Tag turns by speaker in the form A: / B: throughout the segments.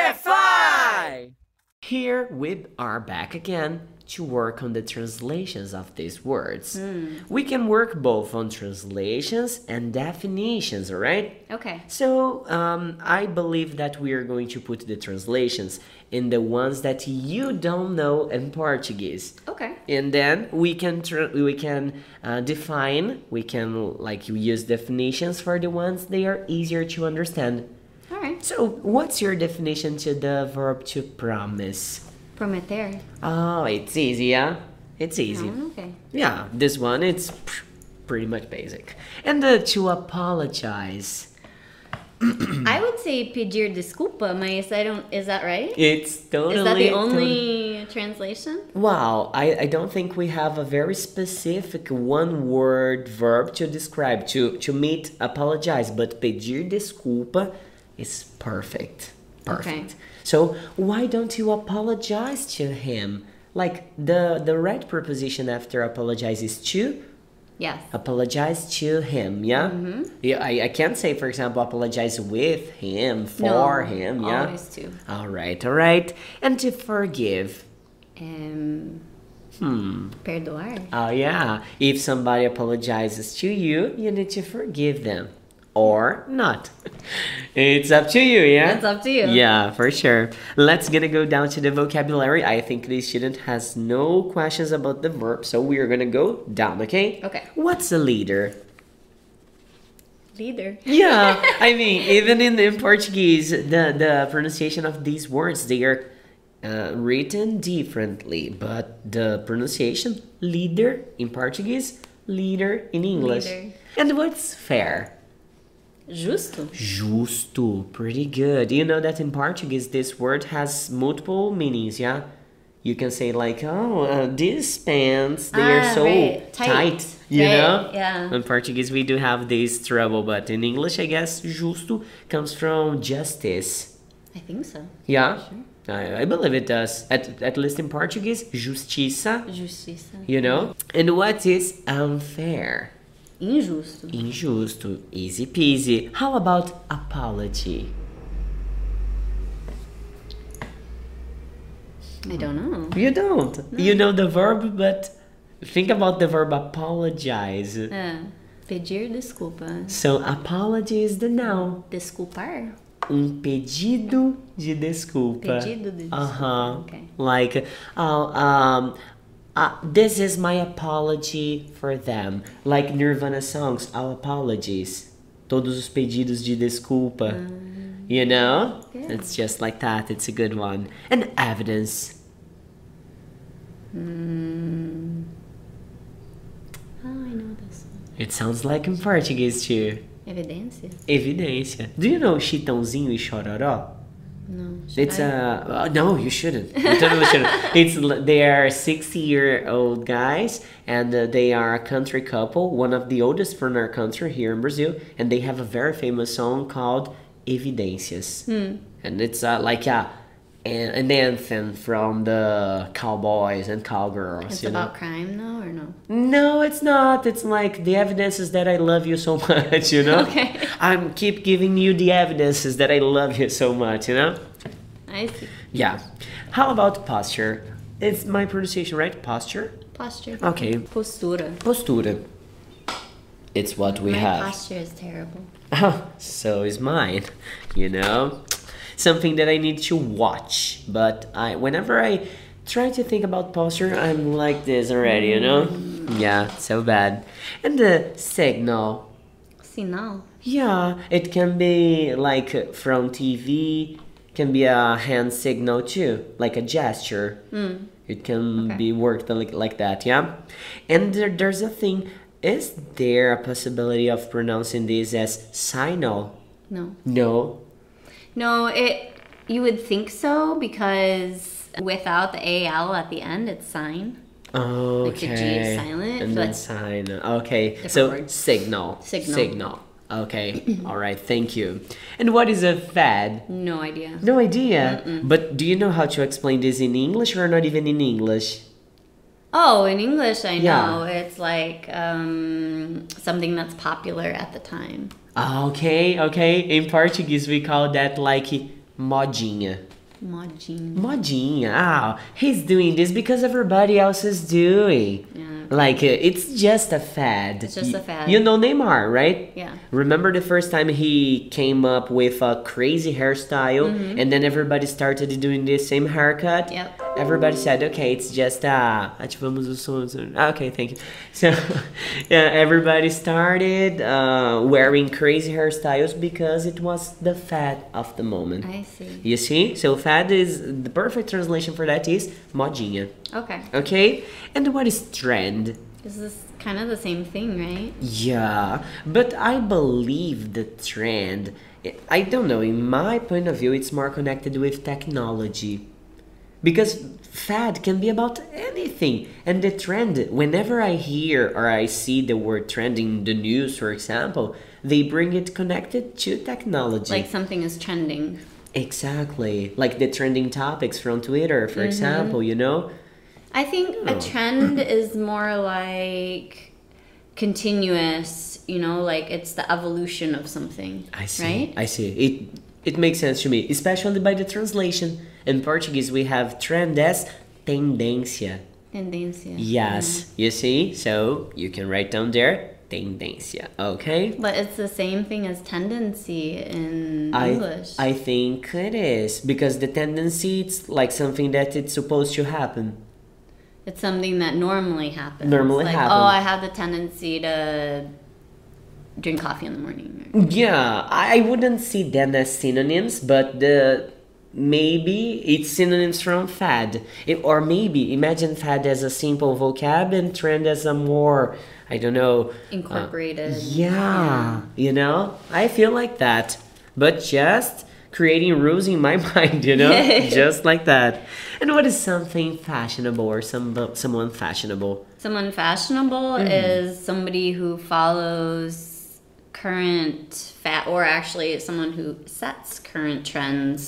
A: BBFI!
B: Here we are back again to work on the translations of these words. We can work both on translations and definitions, alright?
C: Okay.
B: So, um, I believe that we are going to put the translations in the ones that you don't know in Portuguese.
C: Okay.
B: And then we can tr- we can uh, define, we can like use definitions for the ones they are easier to understand.
C: All right.
B: So, what's your definition to the verb to promise?
C: Prometer.
B: Oh, it's easy, yeah? It's easy.
C: Ah, okay.
B: Yeah, this one, it's pr- pretty much basic. And uh, to apologize.
C: I would say pedir desculpa, mas I don't. Is that right?
B: It's totally.
C: Is that the
B: tot-
C: only translation?
B: Wow, I, I don't think we have a very specific one word verb to describe. To, to meet, apologize, but pedir desculpa is perfect. Perfect. So why don't you apologize to him? Like the the right preposition after apologize is to
C: Yes.
B: apologize to him, yeah?
C: Mm-hmm.
B: Yeah, I, I can't say, for example, apologize with him, for
C: No,
B: him, yeah?
C: Always to.
B: All right, all right. And to forgive.
C: Um, hmm. Perdoar.
B: Oh, yeah. If somebody apologizes to you, you need to forgive them. Or not. It's up to you, yeah?
C: It's up to you.
B: Yeah, for sure. Let's gonna go down to the vocabulary. I think this student has no questions about the verb, so we are gonna go down, okay?
C: Okay.
B: What's a leader?
C: Leader.
B: Yeah, I mean, even in, in Portuguese, the, the pronunciation of these words, they are uh, written differently, but the pronunciation, leader in Portuguese, leader in English.
C: Leader.
B: And what's fair?
C: Justo.
B: Justo, pretty good. You know that in Portuguese, this word has multiple meanings, yeah? You can say like, oh, uh, these pants, they are
C: Ah,
B: so
C: right.
B: tight,
C: Tight.
B: you
C: Right,
B: know?
C: yeah.
B: In Portuguese, we do have this trouble, but in English, I guess, justo comes from justice.
C: I think so.
B: Yeah? I, I believe it does. At, at least in Portuguese, justiça,
C: Justiça.
B: you know? And what is unfair?
C: Injusto.
B: Injusto, easy peasy. How about apology?
C: I don't know.
B: You don't. You know the verb, but think about the verb apologize.
C: Ah, pedir desculpa.
B: So, apology is the noun.
C: Desculpar?
B: Um pedido de desculpa.
C: Pedido de desculpa,
B: Uh-huh.
C: okay.
B: Like, oh, um, uh, this is my apology for them. Like Nirvana songs, our apologies. Todos os pedidos de desculpa. You know?
C: Ah. Yeah.
B: It's just like that. It's a good one. And evidence.
C: Oh, Hmm. I know this.
B: It sounds like in Portuguese too.
C: Evidência?
B: Evidência. Do you know Chitãozinho e Chororó?
C: Não.
B: It's
C: Ai,
B: a uh, no, you shouldn't. You totally shouldn't. It's l- they are sixty-year-old guys, and uh, they are a country couple, one of the oldest from our country here in Brazil, and they have a very famous song called "Evidências,"
C: Hmm.
B: and it's uh, like a an an anthem from the cowboys and cowgirls.
C: It's
B: you know?
C: about crime now or no?
B: No, it's not. It's like the evidence is that I love you so much, you know?
C: Okay.
B: I'm keep giving you the evidences that I love you so much, you know?
C: I see.
B: Yeah. How about posture? It's my pronunciation, right? Posture?
C: Posture.
B: Okay.
C: Postura.
B: Postura. It's what we
C: My
B: have.
C: posture is terrible.
B: so is mine, you know? Something that I need to watch, but I whenever I try to think about posture, I'm like this already, you know?
C: Mm.
B: Yeah, so bad. And the signal
C: Sinal.
B: Yeah, it can be like from TV, can be a hand signal too, like a gesture. It can
C: Hmm. Okay.
B: be worked like, like that, yeah? And there, there's a thing, is there a possibility of pronouncing this as signal?
C: No.
B: No.
C: No, it. You would think so because without the AL at the end, it's sign.
B: Okay.
C: the G is silent,
B: And then
C: but-
B: sign. Okay, so
C: word.
B: signal.
C: Signal.
B: Signal. Okay, all right, thank you. And what is a fad?
C: No idea.
B: No idea. But do you know how to explain this in English or not even in English?
C: Oh, in English, I
B: Yeah.
C: know. It's like um, something that's popular at the time.
B: Ah, Okay, okay. In Portuguese, we call that like Modinha.
C: Modinho.
B: Modinha. Ah, he's doing this because everybody else is doing.
C: Yeah.
B: Like, uh, it's just a fad.
C: It's just a
B: Y-
C: fad.
B: You know Neymar, right?
C: Yeah.
B: Remember the first time he came up with a crazy hairstyle and then everybody started doing the same haircut?
C: Mm-hmm. Yep.
B: Everybody said, okay, it's just uh, ativamos o som. som." Ah, Okay, thank you. So, yeah, everybody started uh, wearing crazy hairstyles because it was the fad of the moment.
C: I see.
B: You see? So fad is the perfect translation for that is modinha.
C: Okay.
B: Okay? And what is trend?
C: This is kind of the same thing, right?
B: Yeah, but I believe the trend. I don't know, in my point of view, it's more connected with technology. Because fad can be about anything. And the trend, whenever I hear or I see the word trend in the news, for example, they bring it connected to technology.
C: Like something is trending.
B: Exactly. Like the trending topics from Twitter, for example, you know?
C: I think
B: Oh.
C: a trend is more like continuous, you know, like it's the evolution of something.
B: I see.
C: Right?
B: I see. It it makes sense to me, especially by the translation. In Portuguese we have trend as tendência.
C: Tendencia.
B: Yes.
C: Mm-hmm.
B: You see? So you can write down there tendência. Okay?
C: But it's the same thing as tendency in
B: I,
C: English.
B: I think it is because the tendency it's like something that it's supposed to happen.
C: it's something that normally happens.
B: Normally
C: like,
B: happens.
C: Oh, I have the tendency to drink coffee in the morning.
B: Mm. Yeah, I I wouldn't see them as synonyms, but the maybe it's synonyms from fad, It- or maybe imagine fad as a simple vocab and trend as a more I don't know uh,
C: Incorporated.
B: yeah, you know, I feel like that, but just creating rules in my mind, you know, just like that. And what is something fashionable or some someone fashionable?
C: Someone fashionable
B: Mm-hmm.
C: is somebody who follows current fat, or actually someone who sets current trends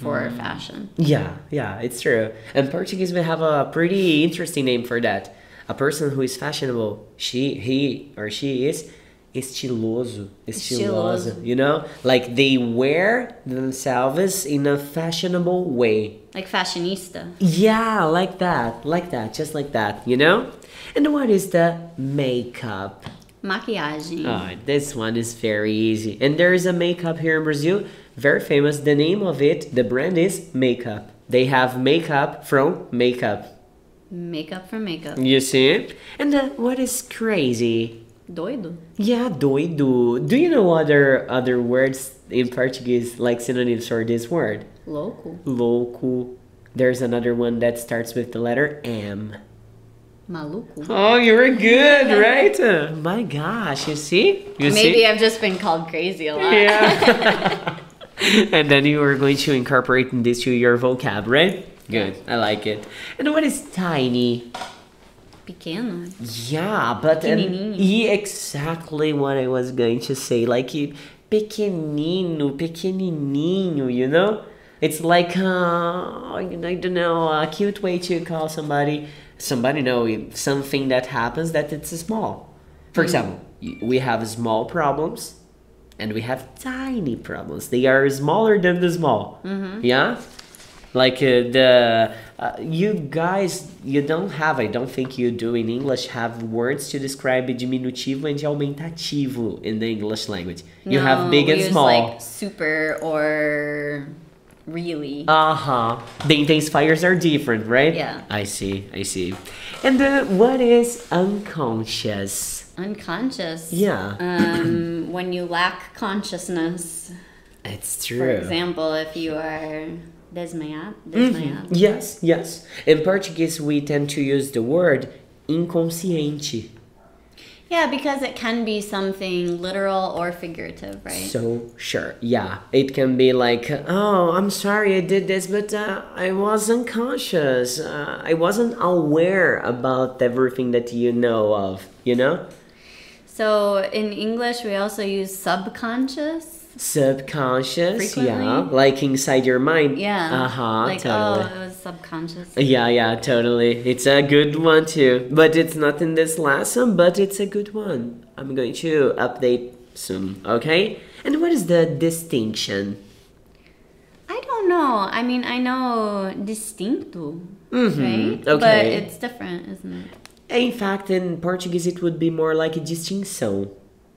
C: for
B: Mm.
C: fashion.
B: Yeah, yeah, it's true. In Portuguese, we have a pretty interesting name for that. A person who is fashionable, she, he, or she is estiloso, estiloso.
C: Estiloso.
B: You know, like they wear themselves in a fashionable way.
C: Like fashionista.
B: Yeah, like that, like that, just like that. You know. And what is the makeup?
C: Maquiagem.
B: Ah, this one is very easy. And there is a makeup here in Brazil, very famous. The name of it, the brand is Makeup. They have makeup from makeup.
C: Makeup for makeup.
B: You see? And uh, what is crazy?
C: Doido.
B: Yeah, doido. Do you know other other words in Portuguese like synonyms for this word?
C: Louco.
B: Louco. There's another one that starts with the letter M.
C: Maluco.
B: Oh, you were good, right? Uh, My gosh, you see? You
C: Maybe I've just been called crazy a lot.
B: Yeah. and then you are going to incorporate this to your vocab, right? Good. I like it. And what is tiny?
C: Pequeno.
B: Yeah, but and
C: Pequenininho.
B: e- exactly what I was going to say. Like you- pequenino, pequenininho, you know? It's like uh, I don't know, a cute way to call somebody somebody no, something that happens that it's small. For example, y- we have small problems and we have tiny problems. They are smaller than the small.
C: Mm-hmm.
B: Yeah? like uh, the uh, you guys you don't have i don't think you do in english have words to describe diminutivo and aumentativo in the english language you have
C: No,
B: big
C: we
B: and
C: use,
B: small
C: Like super or really.
B: uh-huh the intensifiers are different right
C: Yeah.
B: i see i see and uh, what is unconscious
C: Unconscious.
B: yeah
C: Um, when you lack consciousness.
B: it's true
C: For example, if you are desmayado,
B: Mhm.
C: desmayado.
B: yes yes in portuguese we tend to use the word inconsciente
C: Yeah, because it can be something literal or figurative, right?
B: So sure, yeah, it can be like, oh, I'm sorry I did this, but uh, I was unconscious. Uh, I wasn't aware about everything that you know of. You know,
C: so in English, we also use subconscious.
B: subconscious. Yeah,
C: Frequently?
B: like inside your mind.
C: Yeah.
B: Uh huh.
C: Like
B: totally.
C: oh, it was subconscious.
B: Yeah, yeah, totally. It's a good one too, but it's not in this lesson. But it's a good one. I'm going to update soon. Okay. And what is the distinction?
C: I don't know. I mean, I know distinto,
B: Mhm,
C: right? But
B: okay.
C: it's different, isn't it?
B: In fact, in Portuguese, it would be more like distinção.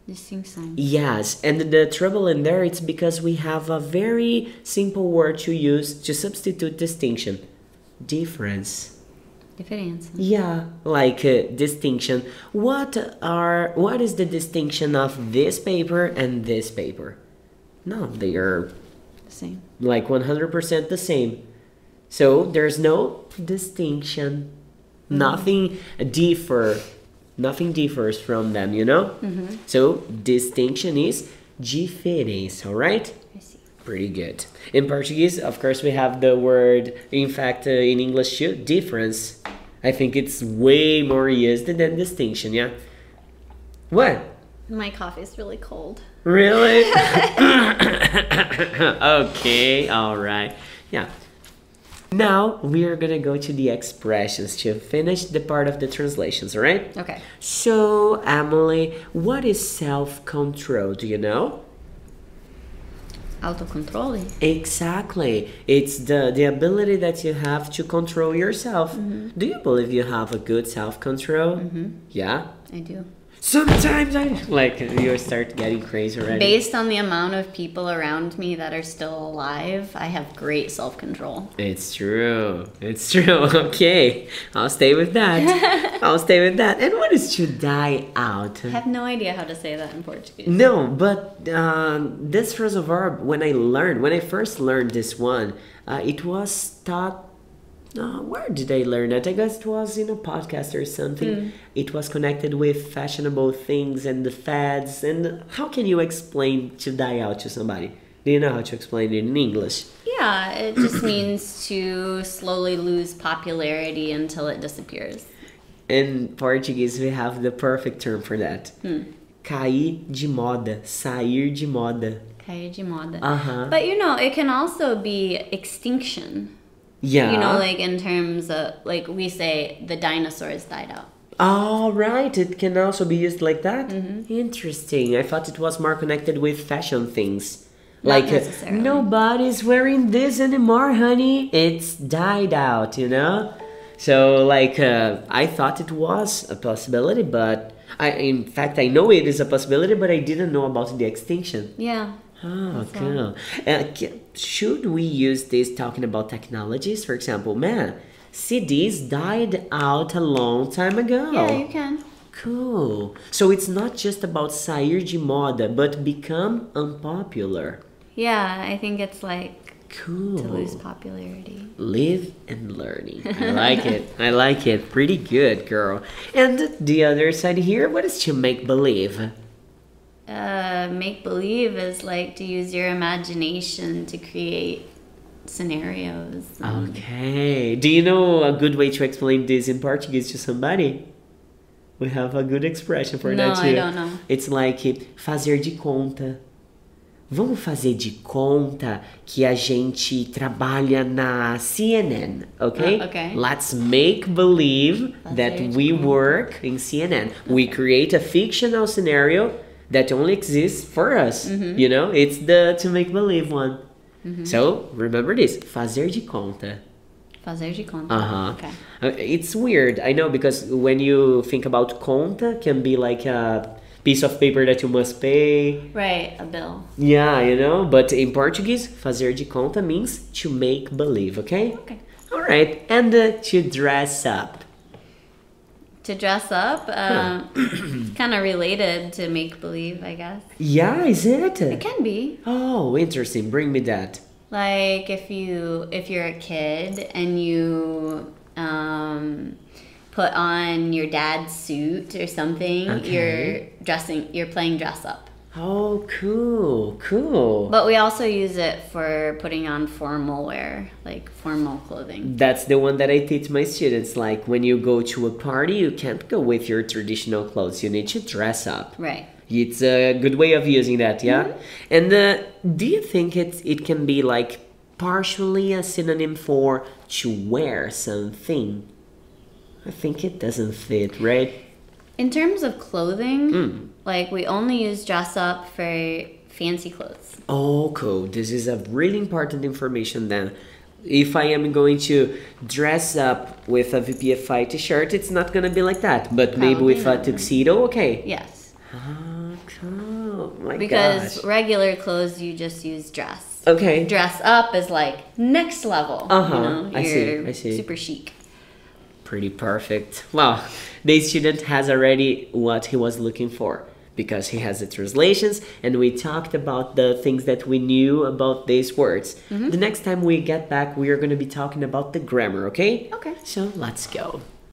C: Distinção.
B: Yes, and the trouble in there it's because we have a very simple word to use to substitute distinction. Difference.
C: Diferença.
B: Yeah, like uh, distinction. What are what is the distinction of this paper and this paper? No, they are
C: Sim.
B: like 100% the same. So there's no distinction. Nothing differ. Nothing differs from them, you know? So distinction is diferença, all right?
C: I see.
B: Pretty good. In Portuguese, of course, we have the word, in fact, uh, in English too, difference. I think it's way more used than distinction, yeah? What?
C: My coffee is really cold.
B: Really? okay, all right. Yeah. Now we are gonna go to the expressions to finish the part of the translations, all right?
C: Okay.
B: So, Emily, what is self control? Do you know?
C: Autocontrole.
B: Exactly. It's the, the ability that you have to control yourself. Do you believe you have a good self control? Yeah.
C: I do.
B: Sometimes I like you start getting crazy already.
C: Based on the amount of people around me that are still alive, I have great self control.
B: It's true. It's true. Okay. I'll stay with that. I'll stay with that. And what is to die out?
C: I have no idea how to say that in Portuguese.
B: No, but um, this phrasal verb, when I learned, when I first learned this one, uh, it was taught. Uh, where did I learn it? I guess it was in a podcast or something.
C: Mm.
B: It was connected with fashionable things and the fads. And how can you explain to die out to somebody? Do you know how to explain it in English?
C: Yeah, it just means to slowly lose popularity until it disappears.
B: In Portuguese, we have the perfect term for that.
C: Hmm.
B: Cair de moda, sair de moda.
C: Cair de moda.
B: Uh-huh.
C: But you know, it can also be extinction.
B: Yeah.
C: You know, like in terms of, like we say, the dinosaurs died out.
B: All right, it can also be used like that.
C: Mm-hmm.
B: Interesting. I thought it was more connected with fashion things.
C: Not
B: like uh,
C: necessarily.
B: nobody's wearing this anymore, honey. It's died out, you know. So like uh, I thought it was a possibility, but I in fact I know it is a possibility, but I didn't know about the extinction.
C: Yeah.
B: Oh,
C: So-
B: cool. Uh, ca- should we use this talking about technologies? For example, man, CDs died out a long time ago.
C: Yeah, you can.
B: Cool. So it's not just about sair de moda, but become unpopular.
C: Yeah, I think it's like
B: Cool.
C: to lose popularity.
B: Live and learning. I like it. I like it. Pretty good, girl. And the other side here, what is to make believe?
C: Uh, make believe is like to use your imagination to create scenarios.
B: Okay. Do you know a good way to explain this in Portuguese to somebody? We have a good expression for
C: No,
B: that too.
C: I don't know.
B: It's like fazer de conta. Vamos fazer de conta que a gente trabalha na CNN, okay?
C: Ah, okay.
B: Let's make believe that
C: Fazer de
B: we
C: conta.
B: work in CNN. We create a fictional scenario that only exists for us.
C: Mm-hmm.
B: You know, it's the to make believe one. So remember this: fazer de conta.
C: Fazer de conta.
B: Uh-huh.
C: Okay.
B: Uh, It's weird, I know, because when you think about conta, can be like a piece of paper that you must pay.
C: Right, a bill.
B: Yeah, you know. But in Portuguese, fazer de conta means to make believe. Okay.
C: Okay.
B: All right, and uh, to dress up.
C: To dress up, uh, kind of related to make believe, I guess.
B: Yeah, is it?
C: It can be
B: Oh, interesting. Bring me that.
C: like if you if you're a kid and you um, put on your dad's suit or something.
B: Okay.
C: You're dressing. You're playing dress up.
B: Oh, cool, cool.
C: But we also use it for putting on formal wear, like formal clothing.
B: That's the one that I teach my students. Like when you go to a party, you can't go with your traditional clothes. You need to dress up.
C: Right.
B: It's a good way of using that, yeah. And uh, do you think it it can be like partially a synonym for to wear something? I think it doesn't fit, right? Hmm.
C: In terms of clothing, like we only use dress up for fancy clothes.
B: Oh, cool. This is a really important information then. If I am going to dress up with a VPFI t shirt, it's not going to be like that. But maybe
C: Probably
B: with
C: not.
B: a tuxedo, okay.
C: Yes.
B: Ah, cool. Oh My
C: Because
B: gosh.
C: regular clothes, you just use dress.
B: Okay.
C: Dress up is like next level.
B: Uh-huh.
C: You know,
B: I see,
C: You're
B: I see.
C: Super chic.
B: Pretty perfect. Wow, this student has already what he was looking for because he has the translations and we talked about the things that we knew about these words.
C: Oh.
B: The next time we get back, we are going to be talking about the grammar, okay?
C: Okay.
B: So let's go.